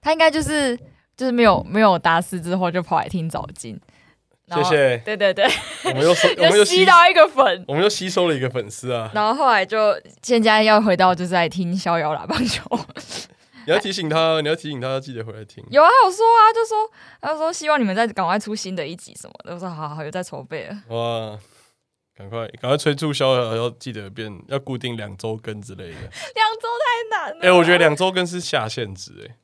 他应该就是就是没有没有打死之后就跑来听早金，然谢后谢，对对对，我们 又收，我们就又吸到一个粉，我们又吸收了一个粉丝啊！然后后来就现在要回到就是来听逍遥喇叭 球。你要提醒他，你要提醒他，记得回来听。有啊，有说啊，就说他说希望你们再赶快出新的一集什么的。我说好好好，有在筹备了。哇，赶快赶快催促逍遥，要记得变，要固定两周更之类的。两周太难了。哎、我觉得两周更是下限值、哎，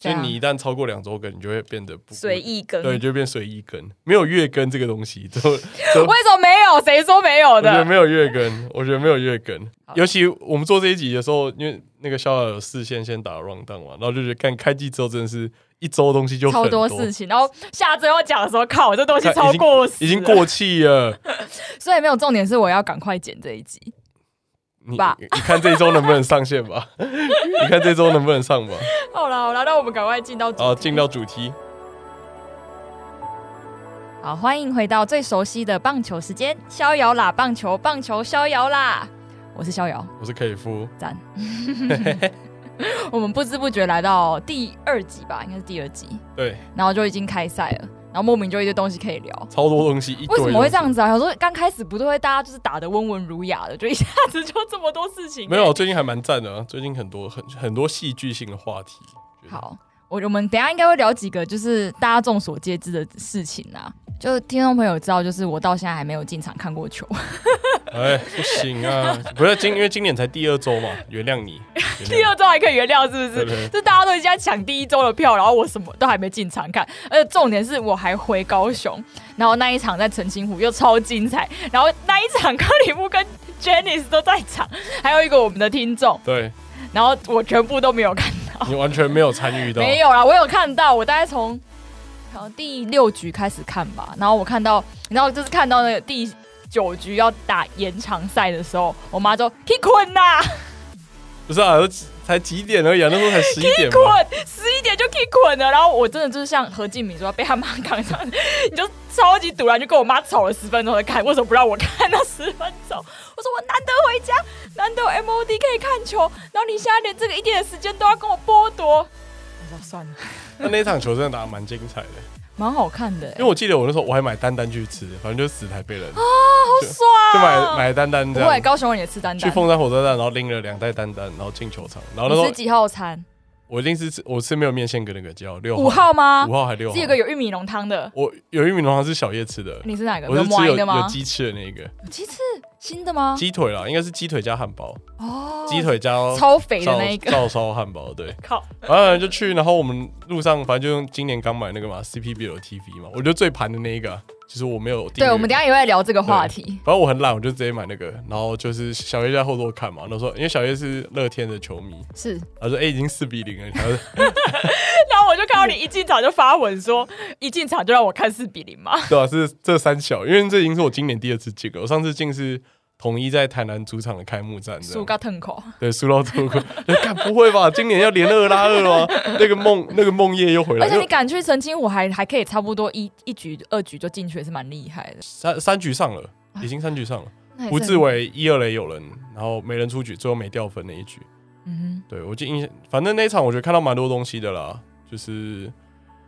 这就样你一旦超过两周更，你就会变得不啊随，意更，对，为就变随意更，没有月更这个东西， 都都什么没有？谁说没有我觉得的？没有月更，我觉得没有月更。 尤其我们做这一集的时候，因为那个逍遥有事先先打 round down 嘛，然后就觉得看开季之后真的是一周东西就超很多事情，然后下周要讲的时候，靠， 这东西看超已经过时已经了，过气了。所以没有重点是我要赶快剪这一集。你吧你看这一周能不能上线吧？ 你看这周能不能上吧？好啦好啦，那我们赶快进到主好，题进到主题。好，欢迎回到最熟悉的棒球时间，逍遥啦，棒球棒球逍遥啦，我是逍遥，我是可以夫，赞。我们不知不觉来到第二集吧，应该是第二集，对，然后就已经开赛了，然后莫名就一堆东西可以聊。超多东西，一为堆什么东会西这？样子啊？想说刚开始不对，会大家就是打的温文儒雅的，就一下子就这么多事情、没有，最近还蛮赞的、啊，最近很多很很多戏剧性的话题。觉得，好，我我们等一下应该会聊几个就是大家众所皆知的事情啊。就听众朋友知道，就是我到现在还没有进场看过球，哎， 不行啊，不是今因为今年才第二周嘛，原谅你。原谅你 第二周还可以原谅，是不对是？对就大家都已经在抢第一周的票，然后我什么都还没进场看，而且重点是我还回高雄，然后那一场在澄清湖又超精彩，然后那一场 克里夫跟 Janice 都在场，还有一个我们的听众，对然后我全部都没有看到，你完全没有参与到，没有啦，我有看到，我大概从好像第六局开始看吧，然后我看到，然后就是看到那个第九局要打延长赛的时候，我妈就 k 困呐、不是啊，都才几点而已、啊，那时候才十一 点滚嘛。，十一点就可以滚了。然后我真的就是像何敬明说，被他妈扛上，你就超级堵然，就跟我妈吵了十分钟才看，为什么不让我看那十分钟？我说我难得回家，难得有 MOD 可以看球，然后你现在连这个一点的时间都要跟我剥夺，我说算 了，那那一场球真的打得蛮精彩的，蛮好看的、因为我记得我那时候我还买丹丹去吃，反正就是死台北人，就好爽、买买丹丹啊不这会，样。高雄人也吃丹去丹。凤山火车站，然后拎了两袋丹丹，然后进球场。然后那你时是候几号餐？我一定是吃，我吃没有面线跟那个叫六五号吗五？号还六号是。有个有玉米浓汤的，我有玉米浓汤是小叶吃的，你是哪个？我是麻吃有的有吗？鸡翅的那个鸡翅新的吗？鸡腿啦，应该是鸡腿加汉堡，哦，鸡腿加超肥的照那一个，照烧 汉堡，对。靠！然后就去，然后我们路上反正就用今年刚买那个嘛 CPBL TV 嘛，我觉得最盘的那一个啊，就是我没有订阅。对，我们等一下也会聊这个话题。反正我很懒，我就直接买那个，然后就是小叶在后座看嘛，然后说因为小叶是乐天的球迷，是，他说哎、已经四比零了，他说然后我就看到你一进场就发文说，一进场就让我看四比零 嘛。 对啊，是这三小，因为这已经是我今年第二次进了，我上次进是统一在台南主场的开幕战，这输样个腾口，对输到吐 哭，看不会吧，今年要连二拉二了吗， 那个梦那个梦叶又回来，而且你因为敢去澄清湖，还还可以差不多一一局、二局就进去，也是蛮厉害的。三三局上了，已经三局上了。那也是胡志，伟一二垒有人，然后没人出局，最后没掉分那一局。嗯对我就印象，反正那一场我觉得看到蛮多东西的啦，就是哼，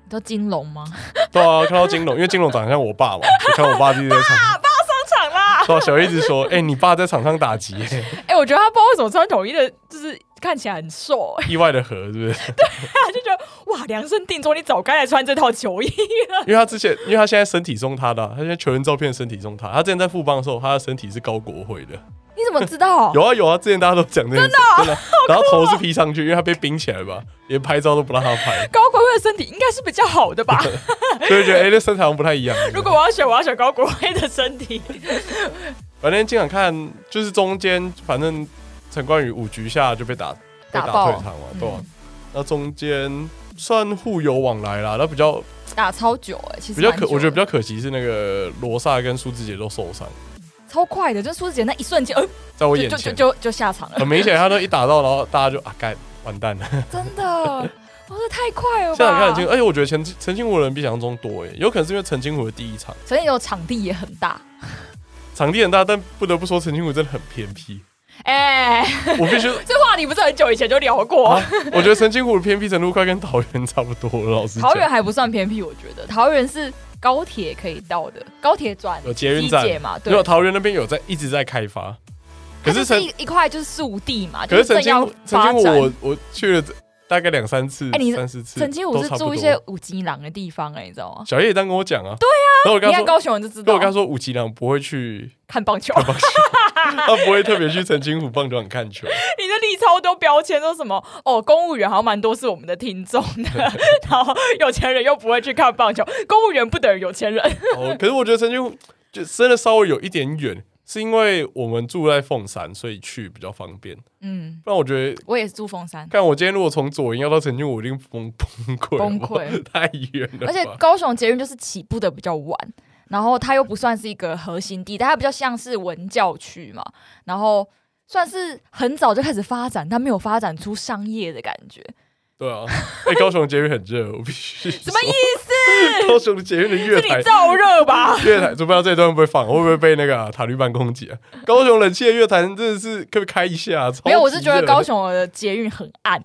你都金龙吗？对啊，看到金龙，因为金龙长得像我爸嘛，我看我爸就是在场上，上场啦！对啊，小叶一直说，哎、你爸在场上打击、欸 哎，我觉得他不知道为什么穿统一的，就是看起来很瘦，哎，意外的和是不是？他就觉得 哇，量身定做，你早该来穿这套球衣。因为他之前，因为他现在身体中他的啊、他现在球员照片身体中他，他之前在富邦的时候，他的身体是高国会的， 你怎么知道？ 有啊有啊，之前大家都讲这件事，真的、啊，然后头是披上去，因为他被冰起来吧，连拍照都不让他拍，高国辉的身体应该是比较好 的吧？所以觉得哎、欸这身材好像不太一样。如果我要选，我要选高国辉的身体。反正经常看，就是中间反正陈冠宇五局下就被打被打打爆退场嘛，对吧、啊那中间算互有往来啦，那比较 打超久哎、其实比较蛮可，久我觉的得比较可惜是那个罗萨跟苏志杰都受伤，超快的，就是苏子杰那一瞬间，呃，在我就眼就就前，嗯就就下场了，很明显他都一打到，然后大家就啊干完 蛋了。真的，我说太快了现在看得吧清，。而且我觉得陈陈金湖的人比想象中多诶，有可能是因为陈金湖的第一场所以有场地也很大， 场地很大，但不得不说陈金湖真的很偏僻，哎、 我必须，这话题不是很久以前就聊过？啊我觉得澄清湖的偏僻程度快跟桃园差不多了。老师，桃园还不算偏僻，我觉得桃园是高铁可以到的，高铁转有捷运站机捷嘛，没有对，桃园那边有在一直在开发，可它是就是曾一一块就是速地嘛，就可是曾正经要曾发经展。我我去了大概两三次，哎你三四次，曾经我都是差不住一多些五级狼的地方、哎，你知道吗？小叶丹跟我讲啊，对啊，然后我你刚看说，高雄人就知跟道我，刚说武吉良不会去看棒球，棒球， 他不会特别去澄清湖棒球场看球，你这立超多标签，说什么哦，公务员好像蛮多是我们的听众 的，然后有钱人又不会去看棒球，公务员不等于有钱人，哦，可是我觉得曾经就真的稍微有一点远，是因为我们住在凤山，所以去比较方便。嗯。不然我觉得，我也是住凤山，看我今天如果从左营要到澄清湖，我一定崩崩溃，崩溃， 太远了吧。而且高雄捷运就是起步的比较晚，然后它又不算是一个核心地带，它比较像是文教区嘛，然后算是很早就开始发展，它没有发展出商业的感觉。对啊，哎、高雄的捷运很热，我必须什什么意思？ 高雄的捷运的月是你台。燥热吧？ 月台，怎么样？这一段会不会放？会不会被那个啊、塔利班攻击啊？高雄冷气的月台真的是可不可以开一下、啊超没有，我是级觉得热高雄的捷运很暗。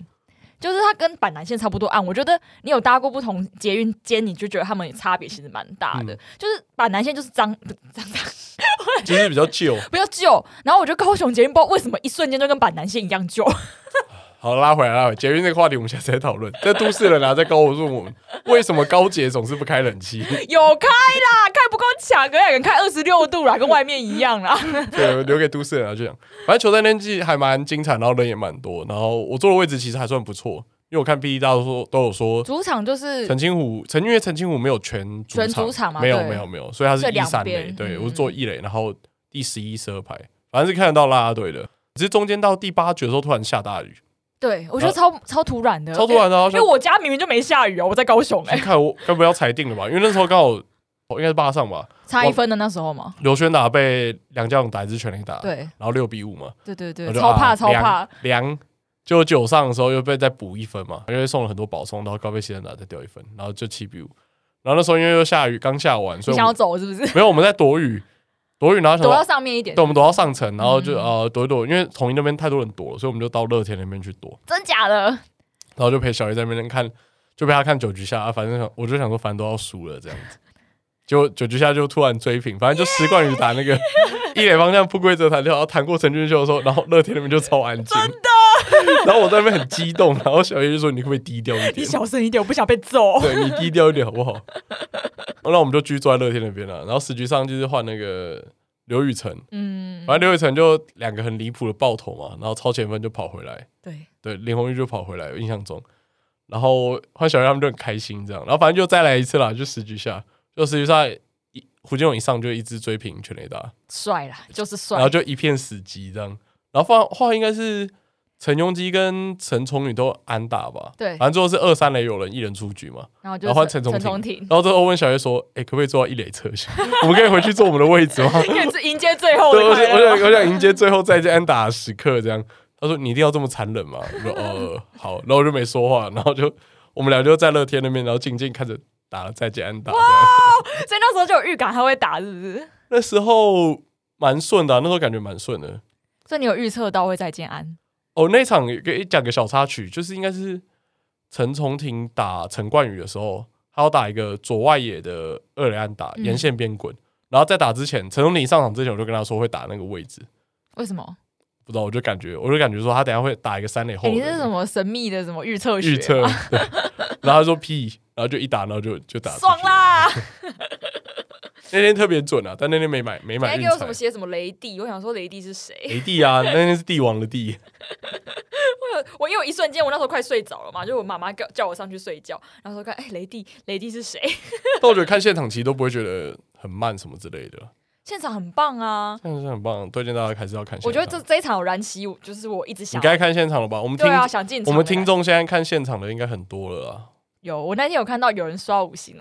就是它跟板南线差不多暗，我觉得你有搭过不同捷运间，你就觉得它们差别其实蛮大的。嗯就是板南线就是脏不脏脏就是比较旧。比较旧，然后我觉得高雄捷运不知道为什么一瞬间就跟板南线一样旧， 好，拉回来，拉回来。捷运这个话题我们下次再讨论。在都市人啊，在高我问我们为什么高捷总是不开冷 气？有开啦，开不够强，可以开二十六度啦，跟外面一样 啦。对，留给都市人来去讲。反正球赛那季还蛮精彩，然后人也蛮多，然后我坐的位置其实还算不错，因为我看 B 大都说都有说主场就是陈清湖，陈因为陈清湖没有全主全主场嘛没有对没有没有，所以他是所以一两三边垒，对嗯我是坐一垒，然后第十一、十二排，反正是看得到啦啦队的。只是中间到第八局的时候突然下大雨，对我觉得超、超突然的，啊超突然的、啊，呃因为，因为我家明明就没下雨哦，我在高雄 哎、我 看我该不要裁定了吧？因为那时候刚好哦应该是八上吧，差一分的那时候嘛，刘轩打被梁家勇打一支全垒打，，对然后六比五嘛，对对我对，就超怕啊超怕，梁梁就九上的时候又被再补一分嘛，因为送了很多保送，然后高被先生打再掉一分，然后就七比五。然后那时候因为又下雨，刚下完，所你以想我要们走是不是？ 没有我们在躲雨，躲雨，然后想躲到说，上面一点对，，我们躲到上层，然后就、嗯呃躲一躲，因为统一那边太多人躲了，所以我们就到乐天那边去躲，真假的？然后就陪小姨在那边看，就陪他看九局下，啊、反正想我就想说，反正都要输了这样子。结果九局下就突然追平，反正就石冠宇打那个 一垒方向不规则弹跳，然后弹过陈俊秀的时候，然后乐天那边就超 安静，真的。 然后我在那边很激动，然后小姨就说：“你可不可以低调一你点？小声一点，我不想被揍。 对你低调一点好不 好？”那我们就继续坐在乐天那边了、啊然后十局上就是换那个刘雨辰，嗯，反正刘雨辰就两个很离谱的爆头嘛，然后超前分就跑回来，对，对，林红玉就跑回来，我印象中，然后换小玉他们就很开心这样，然后反正就再来一次啦，就十局下，就十局下一胡金勇一上就一直追平全垒打，帅啦，就是帅然后，就一片死寂这样，然后放话应该是陈庸基跟陈崇宇都安打吧，对反正最后是二三垒有人一人出局嘛，然后就然后换陈陈崇廷然， 后最后问小叶说，哎、可不可以坐到一垒侧下？ 我们可以回去坐我们的位置吗？ 可以是迎接最后的对，我快想我乐想吗。我想迎接最后再见安打的时刻，这样。他说你一定要这么残忍吗？我说呃好，然后我就没说话，然后就我们俩就在乐天那边，然后静静看着打了再见安打。这样所以那时候就有预感他会打，是不是？那时候蛮顺的啊、那时候感觉蛮顺的。所以你有预测到会再见安？哦，那一场给讲个小插曲，就是应该是陈崇廷打陈冠宇的时候，他要打一个左外野的二垒安打，嗯沿线边滚。然后在打之前，陈崇廷上场之前，我就跟他说会打那个位置，为什么？不知道我就感觉我就感觉说他等一下会打一个三垒哎，后人。你这是什么神秘的什么预测学？啊预测，对然后他说屁，然后就一打，然后就就打。爽！啦！那天特别准啊，但那天没买没你买还运给我什彩么。写什么雷帝？我想说雷帝是谁？雷帝啊，那天是帝王的帝，我因为我一瞬间我那时候快睡着了嘛，就我妈妈叫叫我上去睡觉，然后说看，哎、雷帝，雷帝是谁？但我觉得看现场其实都不会觉得很慢什么之类的，现场很棒啊！但是很棒，推荐大家还是要看现场。我觉得这这一场有燃起我，就是我一直你想该看现场了吧？我们听对啊，想进场我的们听众现在看现场的应该很多了啊，有，我那天有看到有人刷五星，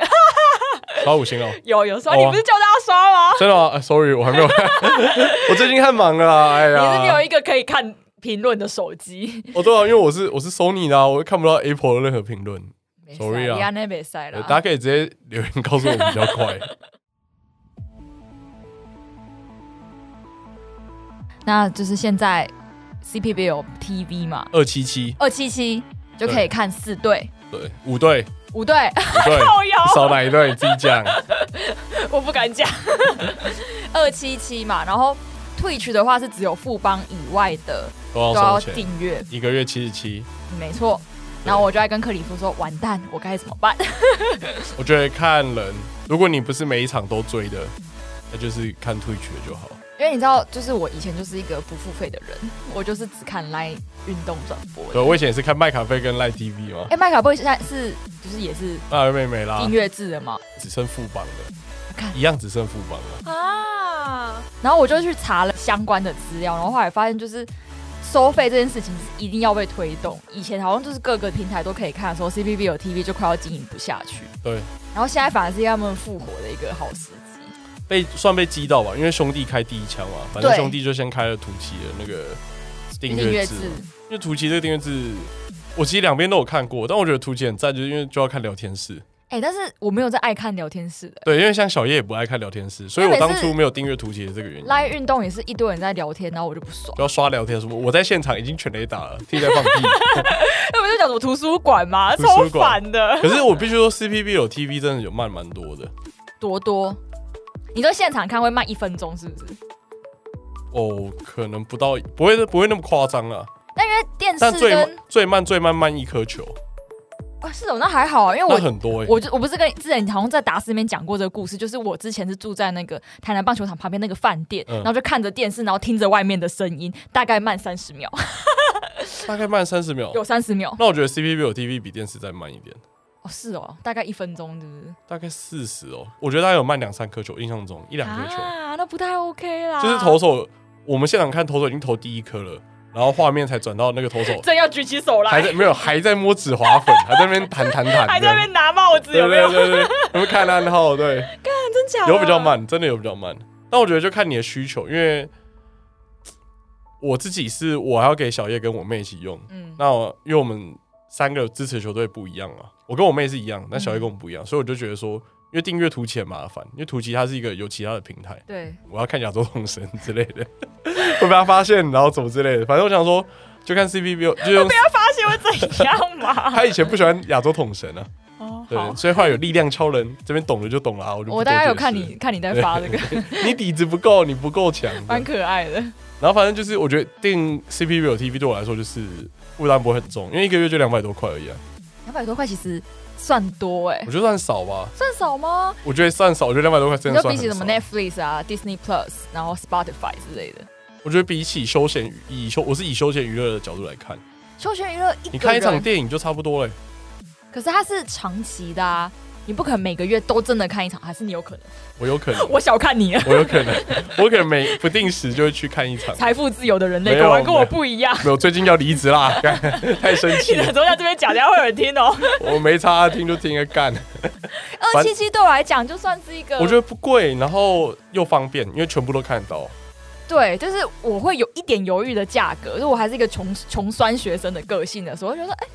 刷五星哦。 有有刷，哦啊你不是叫大家刷吗？真的吗、哎 s o r r y 我还没有 看，我最近太忙了啊、哎你是没有呀，一个可以看评论的手机。 哦对啊，因为我是我是 Sony 的、啊，我看不到 Apple 的任何评论，Sorry 啊亚内比赛呃啦大。家可以直接留言告诉我比较快。 那就是现在 CPB 有 TV 嘛，二七七，二七七就可以看四队、对，五队，五队，，五队 靠腰啊少哪一队？自己讲。我不敢讲，二七七嘛。然后 Twitch 的话是只有富邦以外的都都要要收钱，订阅，一个月七十七。没错。然后我就在跟克里夫说：“完蛋，我该怎么办我觉得看人，如果你不是每一场都追的，那就是看退学就好。？”因为你知道，就是我以前就是一个不付费的人，我就是只看 Line 运动转播对，的。我以前也是看麦卡菲跟赖 TV 嘛哎，，麦卡贝现在是就是也是那又妹妹啦订，阅制的嘛？只剩副榜的，看一样只剩副榜了。啊！然后我就去查了相关的资料，然后后来发现就是收费这件事情一定要被推动。以前好像就是各个平台都可以看的时候，CPB 有 TV 就快要经营不下去，对，然后现在反而是他们复活的一个好时机。被算被击到吧，因为兄弟开第一枪嘛，啊反正对兄弟就先开了土岐的那个订阅制，因为土岐这个订阅制，我其实两边都有看过，但我觉得土岐很赞，就是因为就要看聊天室。哎、但是我没有在爱看聊天室的、对，因为像小叶也不爱看聊天室，所以我因为当每次初没有订阅图解的这个原因。拉运动也是一堆人在聊天，然后我就不爽。不要刷聊天什么，我在现场已经全雷打了，替在放 屁。那不就讲什么图书馆吗？图书超馆烦的，可是我必须说，CPB 有 TV 真的有慢蛮多的多多。你说现场看会慢一分钟是不是？哦，可能不到不会不会那么夸张啊，但因为电但视最跟最慢最慢慢一颗球，啊是哦，那还好啊，因为那我很多哎、我就我不是跟之前好像在达斯里面讲过这个故事，就是我之前是住在那个台南棒球场旁边那个饭店，嗯然后就看着电视，然后听着外面的声音，大概慢三十秒，大概慢三十秒。有三十秒那我觉得 CPB 有 TV 比电视再慢一点，哦，是哦，大概一分钟，是不是？大概四十哦。我觉得大概有慢两三颗球，印象中一两颗球，啊，那不太 OK 啦，就是投手，我们现场看投手已经投第一颗了，然后画面才转到那个投手正要举起手还来，在没有还在摸指滑粉， 还在那边弹弹弹，还在那边拿帽子，对有没有啊对？对对，我们看暗号， 对，真假的？有比较慢，真的有比较慢。但我觉得就看你的需求，因为我自己是我还要给小叶跟我妹一起用。嗯，那我因为我们三个支持球队不一样嘛，我跟我妹是一样，但小叶跟我们不一样，所以我就觉得说，因为订阅图奇很麻烦，因为图奇它是一个有其他的平台， 对，我要看亚洲童神之类的， 会被他发现，然后怎么之类的。反正我想说，就看 C P B，就用他发现会怎样嘛？ 他以前不喜欢亚洲统神啊，哦，好对，。所以后来有力量超人，这边懂了就懂了啊。我就不我多大概有解看释你看你在发这个，了，你底子不够，你不够强。 蛮可爱的。然后反正就是，我觉得订 CP 有 TV 对我来说就是负担不会很重，因为一个月就两百多块而已啊，两百多块其实算多哎我，觉得算少吧。算少吗？我觉得算少，我觉得两百多块真你的就算比起很什么少。 Netflix 啊、Disney Plus，然后 Spotify 之类的，我觉得比起休闲娱以休，我是以休闲娱乐的角度来看，休闲娱乐一你个看一场人，电影就差不多嘞。可是它是长期的啊，你不可能每个月都真的看一场，还是你有可能？ 我有可能，我小看你了， 我有可能，我可能每不定时就会去看一场。财富自由的人类没有果然跟没我有不一样。 没有，最近要离职啦，干太生气你了 的。都在这边讲，等下会有人听哦。我没差，听就听个干。 啊二七七对我来讲就算是一个，我觉得不贵，然后又方便，因为全部都看得到。对，就是我会有一点犹豫的价格，就是我还是一个穷穷酸学生的个性的时候，我就觉得哎，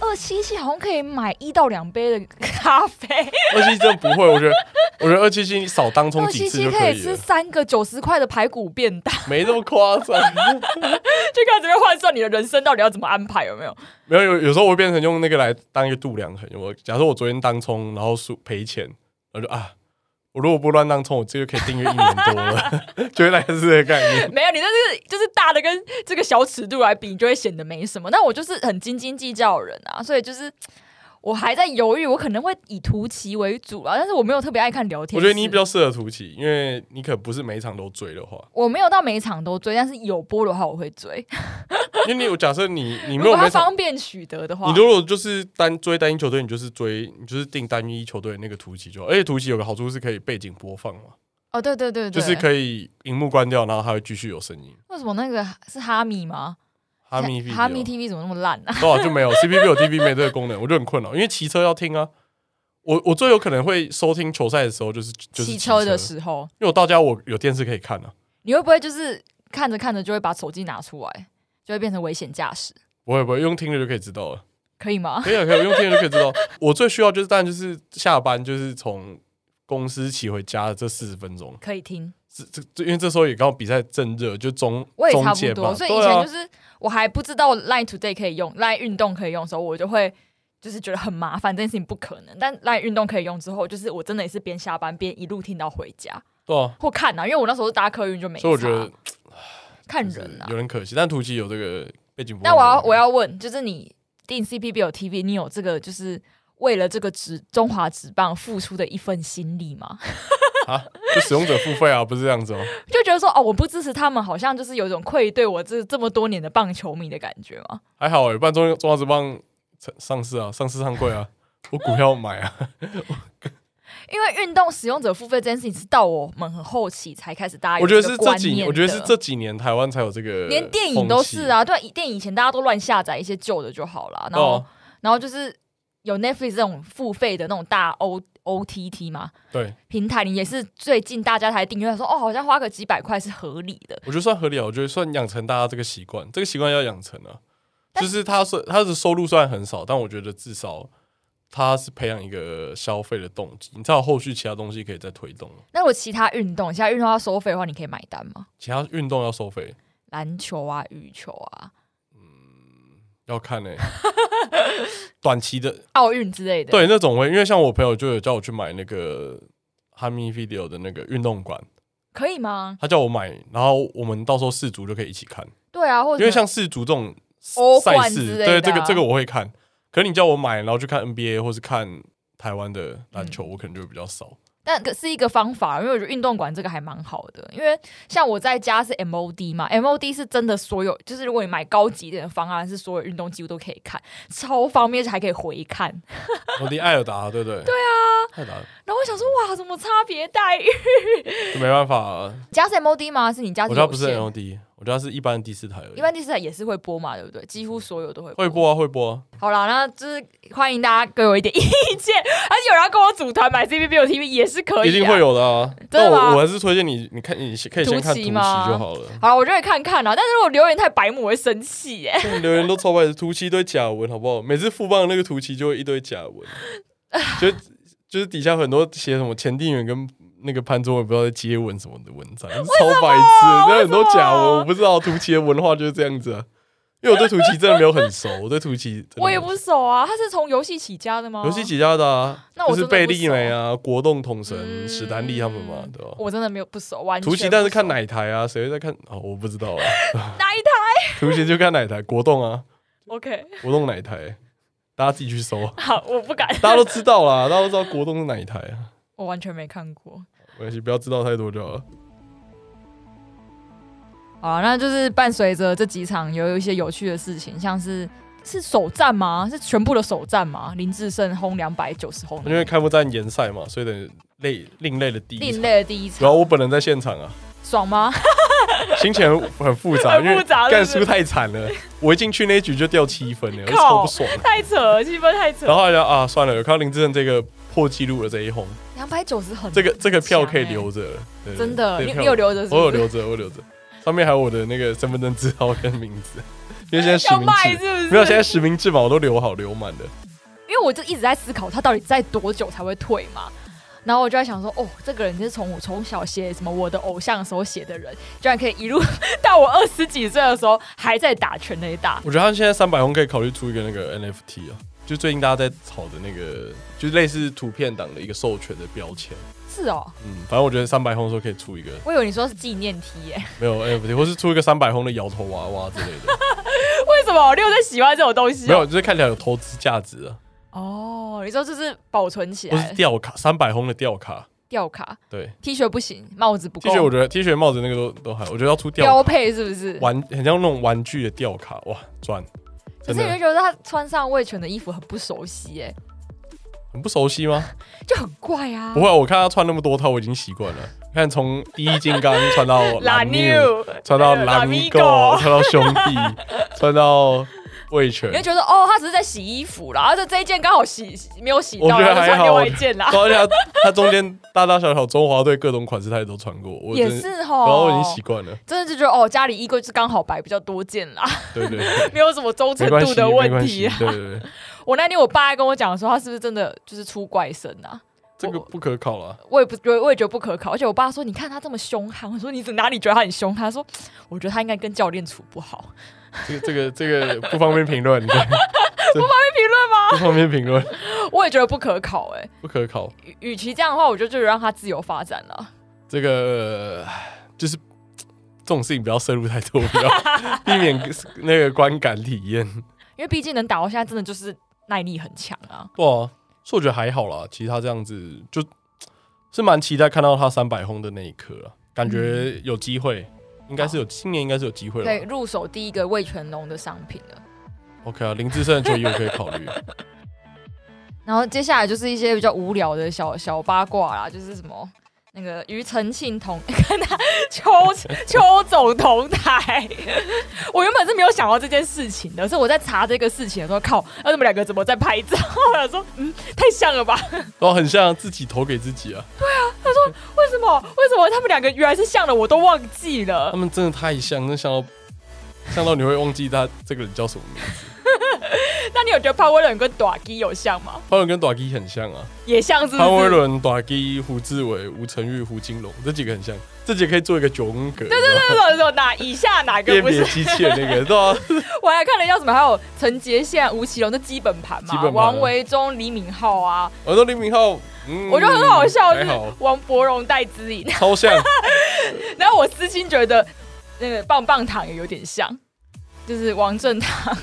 二七七好像可以买一到两杯的咖啡，二七七真的不会，我觉得，我觉得二七七你少当 冲二几七次七就可以以吃了，三个九十块的排骨便当。 没那么夸张。就开始在换算你的人生到底要怎么安排，有没有？没有有有时候我会变成用那个来当一个度量衡。我假设我昨天当冲，然后输赔钱，我就啊，我如果不乱当冲，我这个可以订阅一年多了， 就会来自这个概念。没有，你这是就是大的跟这个小尺度来比，你就会显得没什么。但我就是很斤斤计较的人啊，所以就是我还在犹豫，我可能会以图奇为主啊，但是我没有特别爱看聊天室。我觉得你比较适合图奇，因为你可不是每一场都追的话，我没有到每一场都追，但是有播的话我会追。因为你我假设你你如没果有每它场方便取得的话你，如果就是单追单一球队，你就是追，你就是定单一球队的那个图集就好。而且图集有个好处是可以背景播放嘛，哦，对对对就对，是可以荧幕关掉，然后它会继续有声音。为什么那个是哈米吗？哈密 V 哈米 TV 怎么那么烂啊？多少哦就没有 CPV 有 TV 没这个功能，我就很困扰，因为骑车要听啊。我我最有可能会收听球赛的时候，就是就是骑车的事，时候，因为我到家我有电视可以看啊。你会不会就是看着看着就会把手机拿出来，就会变成危险驾驶？不会不会，用听的就可以知道了。可以吗？可以啊，可以用听的就可以知道。我最需要就是，当然就是下班就是从公司骑回家的这四十分钟，可以听，这这这，因为这时候也刚好比赛正热，就中我也中差介不吧，多，所以以对啊前就是我还不知道 Line Today 可以用，Line 运动可以用的时候，我就会就是觉得很麻烦，这件事情不可能。但 Line 运动可以用之后，就是我真的也是边下班边一路听到回家对啊，或看啊，因为我那时候是搭客运就没差，所以我觉得看就是人啊有。点可惜，但图奇有这个背景。那我要我，要问，就是你定 CPB 有 TV，你有这个就是为了这个职中华职棒付出的一份心力吗？就使用者付费啊，不是这样子哦。就觉得说哦，我不支持他们，好像就是有一种愧对我这这么多年的棒球迷的感觉吗？还好哎、不然中中华职棒上上市啊，上市上 柜啊，我股票买啊，因为运动使用者付费这件事情是到我们很后期才开始大家有我觉得这是个这观几年，念我觉得的是这几年台湾才有这个，连电影都是，啊，对，电影以前大家都乱下载一些旧的就好了，然后、哦，然后就是有 Netflix 这种付费的那种大 O O T T 嘛对，平台，你也是最近大家才订阅说哦，好像花个几百块是合理的，我觉得算合理啊，我觉得算养成大家这个习惯，这个习惯要养成啊。但就是他是他的收入虽然很少，但我觉得至少他是培养一个消费的动机，你才有后续其他东西可以再推动。那如果其他运动，其他运动要收费的话，你可以买单吗？其他运动要收费，篮球啊，羽球啊，要 看呢、短期的奥运之类的。，对那种会，因为像我朋友就有叫我去买那个 h a m i Video 的那个运动馆，可以吗？他叫我买，然后我们到时候世足就可以一起看，对啊，或者因为像世足这种欧赛冠之事，类的啊对这个这个我会看。可是你叫我买，然后去看 NBA 或是看台湾的篮球，嗯我可能就会比较少。但可是一个方法，因为我觉得运动馆这个还蛮好的，因为像我在家是 MOD 嘛，MOD 是真的所有，就是如果你买高级一点的方案，是所有运动几乎都可以看，超方便，而且还可以回看。我的艾尔达，对 不对？对啊，艾尔达然后我想说，哇，怎么差别待遇？就没办法、啊，你家是 MOD 吗？是你家我是家有不是线？ LD，我家是一般的第四台而已一。般第四台也是会播嘛，对不对？几乎所有都会播。会播啊，会播、啊。好啦，那就是欢迎大家给我一点意见，而且有人要跟我组团买 C B B O T V 也是可以、啊，一定会有的啊。真的但吗我我还是推荐你，你看你可以先图奇看图奇就吗好了。好啦，我就会看看啦。但是如果留言太白目，我会生气 耶、现在留言都超白的，图奇一堆假文，好不好？每次副棒那个图奇就会一堆假文，就就是底下很多写什么前定远跟那个潘宗伟不知道在接吻什么的文章，超白痴，那很多假文，我不知道图奇的文化就是这样子啊。因为我对图奇真的没有很熟，我对图奇真的我也不熟啊，他是从游戏起家的吗？游戏起家的啊，那我就是真的贝不利熟美啊、国栋统神、嗯史丹利他们嘛，对吧？我真的没有不熟，完全图奇但是看不熟哪一台啊？谁会在看？哦，我不知道啊。哪一台图奇就看哪一台，国栋啊， ？OK，国栋哪一台？大家自己去搜。好，我 不敢，大家都知道啦，大 家都知道国栋是哪一台啊？我完全没看过。没关系，不要知道太多就好了。好啊，那就是伴随着这几场有一些有趣的事情，像是是首战吗？是全部的首战吗？林志胜轰两百九十轰，因为开幕战延赛嘛，所以等于类另类的第一另场。类的第一然场，后我本人在现场啊，爽吗？ 心情很很复杂，很因为复杂干是不输是太惨了。我一进去那一局就掉七分了，我靠超不爽 的。太扯了，气氛太扯然。后后来就啊，算了，有看到林志胜这个破纪录的这一轰，两百九十很这个这个票强可以欸留着了，对真的，对你票你有留着是不我是？有留着，我有留着，上面还有我的那个身份证字号跟名字，因为现在实要名卖是制不是？没有，现在实名制嘛，我都留好留满的。因为我就一直在思考他到底在多久才会退嘛。然后我就在想说，哦，这个人就是从我从小写什么我的偶像的时候写的人，居然可以一路 到我二十几岁的时候还在打全垒打。我觉得他现在三百红可以考虑出一个那个 NFT 啊，就最近大家在炒的那个，就类似图片党的一个授权的标签。是哦，嗯，反正我觉得三百红的时候可以出一个我以为你说是纪念 T 耶，没有 NFT，或是出一个三百红的摇头娃娃之类的，为什么我六在喜欢这种东西没哦、有，就是看起来有投资价值啊，哦，你说就是保存起或是来吊卡三百红的吊卡。吊卡对 T 恤不行，帽子不，T 恤够，我觉得 T 恤帽子那个都都还好，我觉得要出吊标卡配是不是？玩，很像那种玩具的吊卡，哇，赚！可真是你就的觉得他穿上魏权的衣服很不熟悉耶，很不熟悉吗？就很怪啊。不会啊，我看他穿那么多套，我已经习惯了。看从第一金刚穿到蓝妞，妞穿到拉蓝哎米米狗狗， 穿到兄 弟，穿到魏权你会。觉得哦，他只是在洗衣服啦，而且这一件刚好洗没有洗我到，觉然后得就还穿另好，外一件啦。而且他他中间大大小小中华队各种款式他也都穿 过，我也真的是然后我已吼经，习惯了。真的就觉得哦，家里衣柜就是刚好摆比较多件啦， 对对对，没有什么周程没关度系，的没问关系题。。 对对对，我那天我爸还跟我讲说，他是不是真的就是出怪声啊？这个不可考了。我也不觉得，我也觉得不可靠。而且我爸说：“你看他这么凶悍。”我说：“你怎哪里觉得他很凶？”他说：“我觉得他应该跟教练处不好。 这个这个这个不方便评论，对不方”被评论吗？不方便评论，我也觉得不可靠、欸。不可考。哎，与其这样的话，我觉得就让他自由发展了。这个就是这种事情不要摄入太多，不要 避免那个观感体验。因为毕竟能打到现在，真的就是耐力很强啊。哇，所以我觉得还好啦。其实他这样子就是蛮期待看到他三百轰的那一刻了，感嗯觉有机会，应该是有今年应该是有机会可以了。入手第一个味全龙的商品了。 OK 啊，林志胜的球衣我可以考 虑。然后接下来就是一些比较无聊的小小八卦啦，就是什么那个庾澄庆同 跟他邱邱总同台，我原本是没有想到这件事情的，是我在查这个事情的时候，靠，那、你们两个怎么在拍照？我想说，嗯，太像了吧？ 然啊后很像自己投给自己啊，为什么？为什么他们两个原来是像的，我都忘记他了？ 们真的太像，那像到像到你会忘记他这个人叫什么名字。那你有觉得潘威伦跟短基有像吗？潘玮柏跟 d a g 很像啊，也像是不是？潘威伦、d a g 胡志伟、吴承玉、胡金龙这几个很像，这几个可以做一个九宫格，对对 这种这种哪以下哪个辨不是别？机器的那个，对啊，我还看了一下什么，还有陈杰宪、吴奇隆的基本盘基嘛，本盘啊王维忠、李敏镐啊，我说李明浩，嗯我觉得很好笑，就还是好，王伯荣、戴资颖， 超像，然后我私心觉得那个棒棒糖也有点像，就是王正堂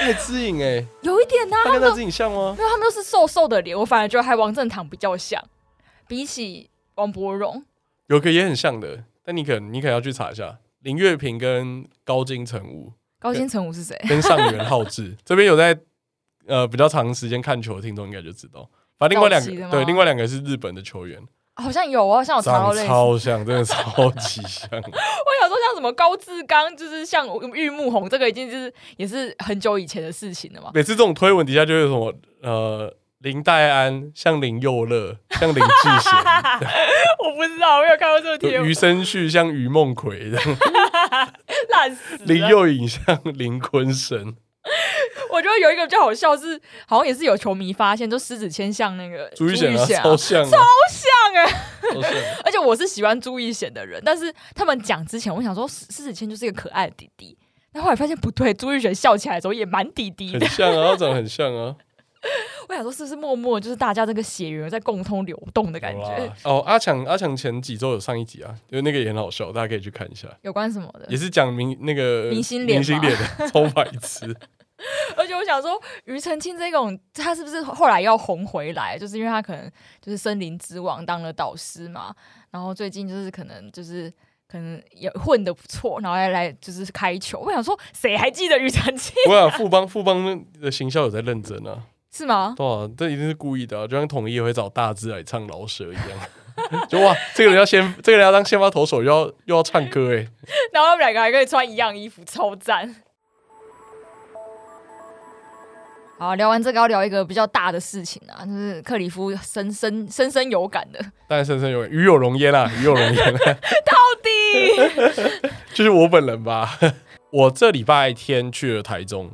戴志颖 哎，有一点呐、啊他他跟们戴都志颖像吗？没有，他们都是瘦瘦的脸，我反而觉得还王正堂比较像，比起王伯荣，有个也很像的，但你可能你可能要去查一下，林月平跟高金城 武高金成武是谁？跟上元浩志这边有在呃比较长时间看球的听众应该就知道。反正另外两早期的个吗对，另外两个是日本的球员，好像有啊，好像有查到长类似。超像，真的超级像。 我想说像什么高志刚，就是像玉木宏，这个已经就是也是很久以前的事情了嘛。 每次这种推文底下就会有什么呃林黛安像林佑乐，像林志 贤，我不知道，我没有看过这个贴有文余，生旭像余梦 奎这样，烂死了。林佑颖像林坤生，我觉得有一个比较好笑是，好像也是有球迷发现，就狮子谦像那个朱玉贤啊，啊超像啊，像哎、超像。而且我是喜欢朱玉贤的人，但是他们讲之前，我想说狮狮子谦就是一个可爱的弟弟，但后来发现不对，朱玉贤笑起来的时候也蛮弟弟很的，像啊，他长得很像啊，我想说是不是默默就是大家这个血缘在共同流动的 感有觉啦，哦，阿强，阿强前几周有上一集啊，就那个也很好笑，大家可以去看一下，有关什么的也。是讲明那嗯个明星脸明星吗脸 的超白 痴，而且我想说，庾澄庆这种他是不是后来要红回来，就是因为他可能就是森林之王当了导师嘛，然后最近就是可能就是。可能也混得不错，然后还来就是开球。我想说，谁还记得庾澄庆 我想啊富邦富邦的行销有在认真啊，是 吗？对啊，这一定是故意的啊，就像统一也会找大志来唱老舍一样。 就哇，这个人要先，这个人要当先发投手，又要又要唱歌哎，然后他们两个还可以穿一样衣服，超赞。好，啊聊完这个要聊一个比较大的事情啊，就是克里夫深深深深有感的，当然深深有与有荣焉啊，与有荣焉、啊，到底就是我本人吧。 我这礼拜天去了台中，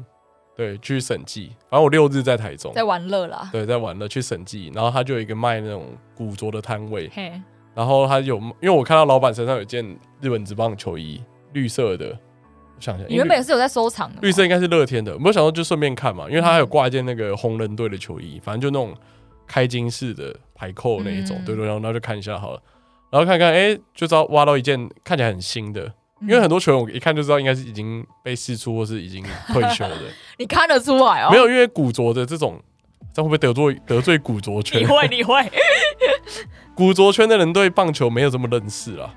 对，去审计，然后我六日在台 中，在玩乐啦。对，在玩乐去审计，然后他就有一个卖那种古着的摊位，嘿，然后他有，因为我看到老板身上有一件日本职棒球衣，绿色的，我想一下，你原本也是有在收藏的吗绿色应该是乐天的，我想说就顺便看嘛，因为他还有挂一件那个红人队的球衣，反正就那种开金式的排扣那一种，嗯对对，然后然后就看一下好了，然后看看，哎、就知道挖到一件看起来很新的，嗯因为很多球员我一看就知道应该是已经被释出或是已经退休的，你看得出来 哦？没，有，因为古着的这种，这样会不会得罪得罪古着圈你？会你 会。古着圈的人对棒球没有这么认识啦，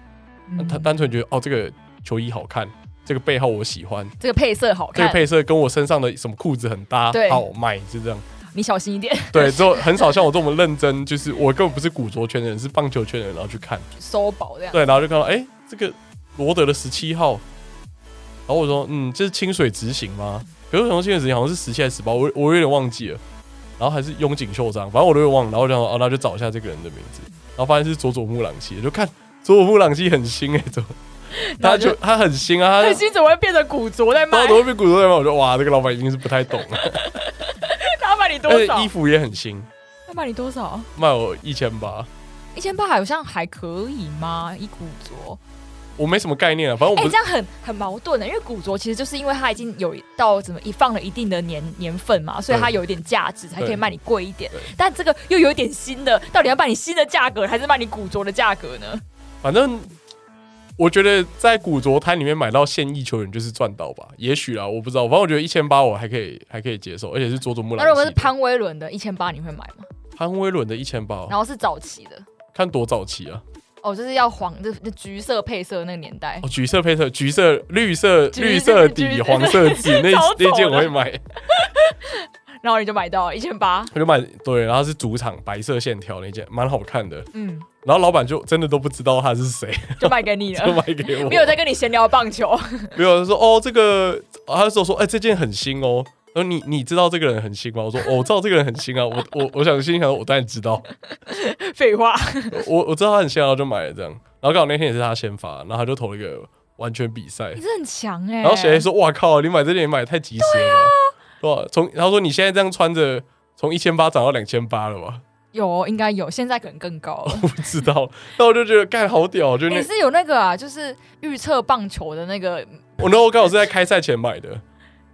嗯他单纯觉得哦，这个球衣好看，这个背号我喜欢，这个配色好这个看，配色跟我身上的什么裤子很搭对，好买，就这样。你小心一点，对，之后很少像我这么认真，就是我根本不是古着圈的人，是棒球圈的人，然后去看，收宝 这样。对，然后就看到哎、诶这个罗德的十七号，然后我说嗯，这是清水执行吗？可是我想说清水执行好像是十七还是十八，我我有点忘记了，然后还是拥井秀章，反正我都有点忘了，然后我就想说哦，那就找一下这个人的名字，然后发现是佐佐木朗希，就看佐佐木朗希很新哎、怎么？然他后就就他很新啊，他那心怎么会变成古着在卖然后？都被古着在卖，我说哇，这个老板一定是不太懂啊， 他卖你多而少且衣？服也很新，他卖你多少？卖我一千八，一千八好像还可以吗？以古着，我没什么概念啊，反正我哎、不这样很很矛盾欸的，因为古着其实就是因为它已经有到怎么一放了一定的年年份嘛，所以它有一点价值，才可以卖你贵一点对。但这个又有一点新的，到底要卖你新的价格，还是卖你古着的价格呢？反正我觉得在古着摊里面买到现役球员就是赚到吧，也许啦，我不知道。反正我觉得一千八我还可以，还可以接受，而且是佐佐木那朗希如的。果是潘威伦的一千八，你会买吗？潘威伦的一千八，然后是早期的，看多早期啊！哦，就是要黄，就就橘色配色那个年代。哦，橘色配色，橘色、绿色、橘绿色橘底、子黄色字，那超丑的那件我会买，然后你就买到一千八，我就买。对，然后是主场白色线条那件，蛮好看的。嗯，然后老板就真的都不知道他是 谁，就卖给你 就了。买给我。没有在跟你闲聊棒球， 没有，他说哦，这个，啊他说说，哎、这件很新哦。然后你你知道这个人很新吗？我说、哦、我知道这个人很新啊，我 我我想心里想说，我当然知道， 废话，我我知道他很新啊，然后就买了这样。然后刚好那天也是他先发，然后他就投了一个完全比赛你，是很强哎、然后谁说哇靠，你买这件也买得太及时了吧，对吧、从他说你现在这样穿着，从一千八涨到两千八了吧？有，应该有，现在可能更高了。我 不知道，那我就觉得干好屌，哦就那、你是有那个啊，就是预测棒球的那个，我那我刚好是在开赛前买的，因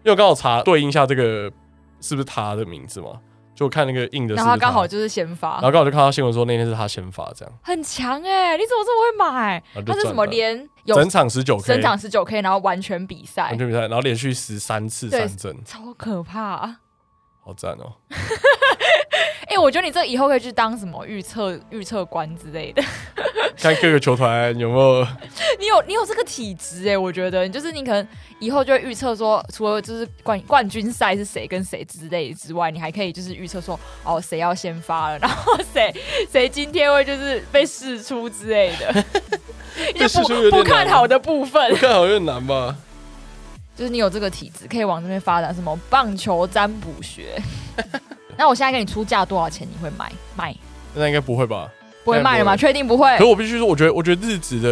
为我刚好查对应一下这个是不是他的名字嘛，就看那个印的是然不后他是刚好他，啊就是先然发，后刚好就看到新闻说那天是他先发这样，很强哎、你怎么这么会买？然后啊他就是什赚么到连有整场十九 K，整场十九 K，然后完全比赛完，全比赛，然后连续十三次对三振，超可怕、好赞哦！哎、我觉得你这以后可以去当什么预测预测官之类的。看各个球团有没有你有你有这个体质哎、我觉得你就是你可能以后就会预测说，哦除了就是冠冠军赛是谁跟谁之类之外，你还可以就是预测说，哦谁要先发了，然后 谁谁今天会就是被试出之类 的， 你被释出就有点不不难，看好的部分看好越难吧？就是你有这个体质，可以往这边发展什么棒球占卜 学。那我现在给你出价多少钱，你会买卖？那应该不会吧？不会卖了吗？确定不哎可会是？我必须说，我觉得我觉得日职的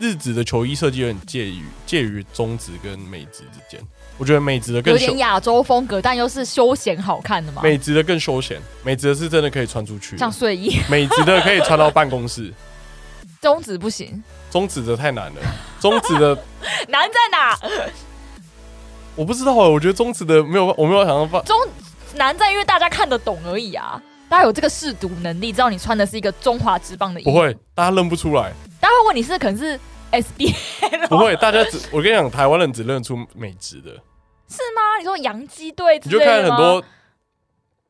日职的球衣设计有点介于介于中职跟美职之间，我觉得美职的有更休点亚洲风格，但又是休闲好看的嘛，美职的更休闲，美职的是真的可以穿出去的，像睡衣。 美职的可以穿到办公室，中指不行，中指的太难了。中指的难在哪？我不知道欸，我觉得中指的没有，我没有想到放。中难在因为大家看得懂而已啊。大家有这个试读能力，知道你穿的是一个中华之棒的衣服。不，会，大家认不出来，大家会问你是可能是啊 SBL，不会，大家只我跟你讲，台湾人只认出美职的，是吗？你说洋基队之你就类看的很吗？多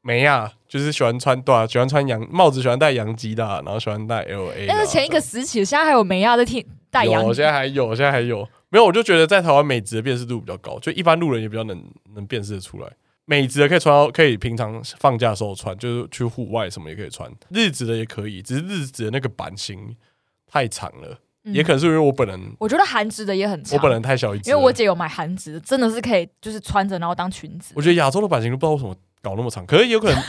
美亚，就是喜欢穿对啊，喜欢穿洋帽子，喜欢戴洋基的啊、然后喜欢戴 L A。那是前一个时期，现在还有梅亚在听戴洋啊有，基现在还有，现在还有。没有，我就觉得在台湾美职的辨识度比较高，就一般路人也比较能能辨识得出来。美职的可以穿到，可以平常放假的时候穿，就是去户外什么也可以穿。日职的也可以，只是日职的那个版型太长了，嗯也可能是因为我本人我觉得韩职的也很强。我本人太小一只因了，为我姐有买韩职的，真的是可以就是穿着然后当裙子。我觉得亚洲的版型都不知道为什么搞那么长，可能也有可能亚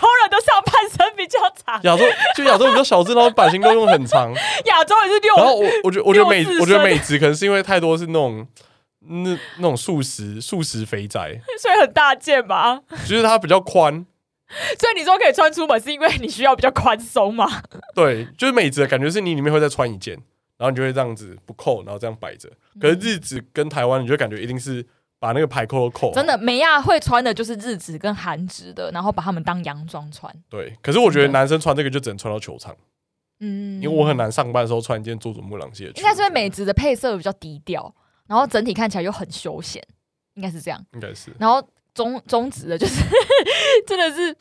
洲人的上半身比较 长，亚洲就亚洲比较小只，然后版型都用 很长。亚洲人是然后六我我觉得我觉得美六字身我觉得美职可能是因为太多是那种那那种素食素食肥宅，所以很大件吧？就是它比较宽。所以你说可以穿出门，是因为你需要比较宽松嘛？对，就是美职的感觉是你里面会再穿一件，然后你就会这样子不扣，然后这样摆着。嗯可是日子跟台湾，你就感觉一定是把那个排扣都扣好真的，美亚会穿的就是日职跟韩职的，然后把它们当洋装穿。对。可是我觉得男生穿这个就只能穿到球场，嗯因为我很难上班的时候穿一件佐佐木朗希的球。应该是因为美职的配色比较低调，然后整体看起来又很休闲，应该是这样。应该是然后中中职的就是 真的是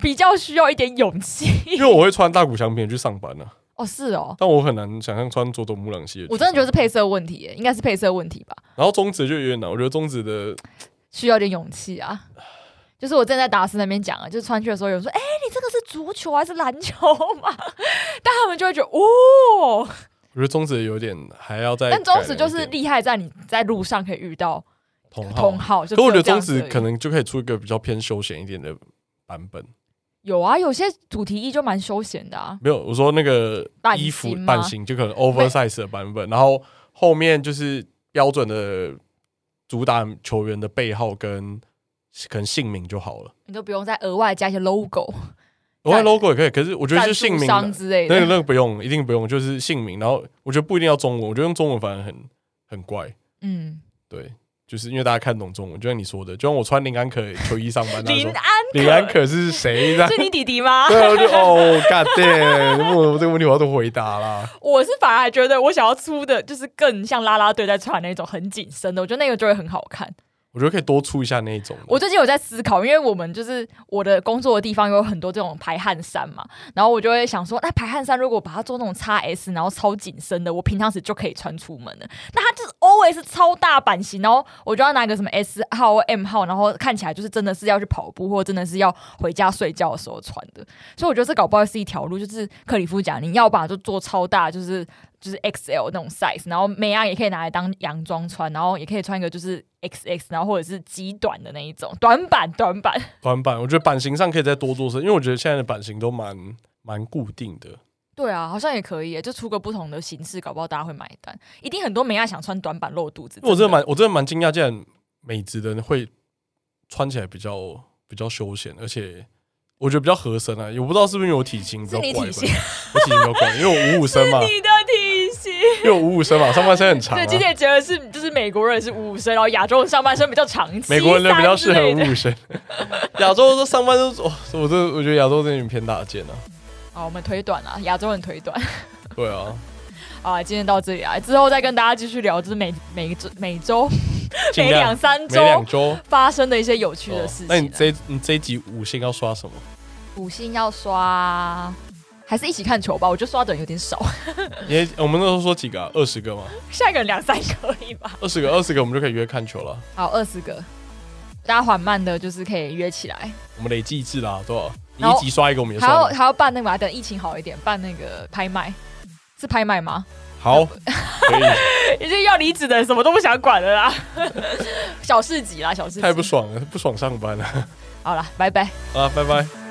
比较需要一点勇气。 因为我会穿大谷翔平去上班呢、啊，哦，是哦，但我很难想象穿佐佐木朗希的。我真的觉得是配色问题耶，应该是配色问题吧，然后中指就有点难，我觉得中指的需要一点勇气啊。就是我正在达斯那边讲啊，就是穿去的时候有人说：“哎、你这个是足球还是篮球嘛？” 但他们就会觉得哦，我觉得中指有点还要再改但良一中点。指就是厉害在你在路上可以遇到同号，同号，就可只我觉有得这样中子指而已可能就可以出一个比较偏休闲一点的版本。有啊，有些主题衣就蛮休闲的啊。没有，我说那个版型衣服吗版型就可能 oversize 的版本，然后后面就是标准的主打球员的背号跟可能姓名就好了。你都不用再额外加一些 logo，我看 logo 也可以，可是我觉得赞是姓助名商的，之类那个的，那个不用，一定不用，就是姓名。然后我觉得不一定要中文，我觉得用中文反而很很怪，嗯，对，就是因为大家看懂中文，就像你说的，就像我穿林安可球衣上班，大 家林说安林安可是谁？这样是你弟弟吗？ 对，我就哦，God damn！问我这个问题，我要都回答啦。我是反而还觉得我想要出的就是更像啦啦队在穿那种很紧身的，我觉得那个就会很好看。我觉得可以多出一下那一种的。我最近有在思考，因为我们就是我的工作的地方有很多这种排汗衫嘛，然后我就会想说，那排汗衫如果把它做那种 x S，然后超紧身的，我平常时就可以穿出门了。那它就是 always 超大版型，然后我就要拿个什么 S 号或 M 号，然后看起来就是真的是要去跑步或真的是要回家睡觉的时候穿的。所以我觉得这搞不好是一条路，就是克里夫讲，你要把就做超大，就是就是 XL 那种 size，然后美亚也可以拿来当洋装穿，然后也可以穿一个就是 XX，然后或者是极短的那一种短版短版。 短版，我觉得版型上可以再多做些，因为我觉得现在的版型都蛮蛮固定的。对啊，好像也可以耶，就出个不同的形式，搞不好大家会买单。一定很多美亚想穿短版露肚子，因为我真的蛮，我真的蛮惊讶，竟然美职的人会穿起来比较比较休闲，而且我觉得比较合身啊。也不知道是不是因为我体型比较是怪你体吧，我型体型比较怪，因为我五五身 嘛，你的体型。因为我五五身嘛，上半身很长、啊对，。今天觉得是就是美国人是五五身，然后亚洲人上半身比较长，美国人比较适七三合之类的五五身， 亚洲都上半身，哦我这我觉得亚洲这点偏大件啊。 好，我们腿短啊，亚洲人腿短。对啊，好啊，今天到这里啊，之后再跟大家继续聊，就是每每周每周尽每量两三每两周周发生的一些有趣的事情、哦啊那你这你这一集五星要刷什么？ 五星要刷，还是一起看球吧？我觉得刷的人有点少， 也我们那时候说几个、啊？二十个吗？下一个人两三个可以吧？二十个，二十个我们就可以约看球了。好，二十个，大家缓慢的，就是可以约起来。我们累计制啦，多少？你然后一集刷一个，我们也还算要了。还要办那个嘛，等疫情好一点，办那个拍卖，是拍卖吗？好，可以。已经要离职的人什么都不想管了啦， 小市集啦，小市集。太不爽了，不爽上班了。 好了，拜拜。啊，拜拜。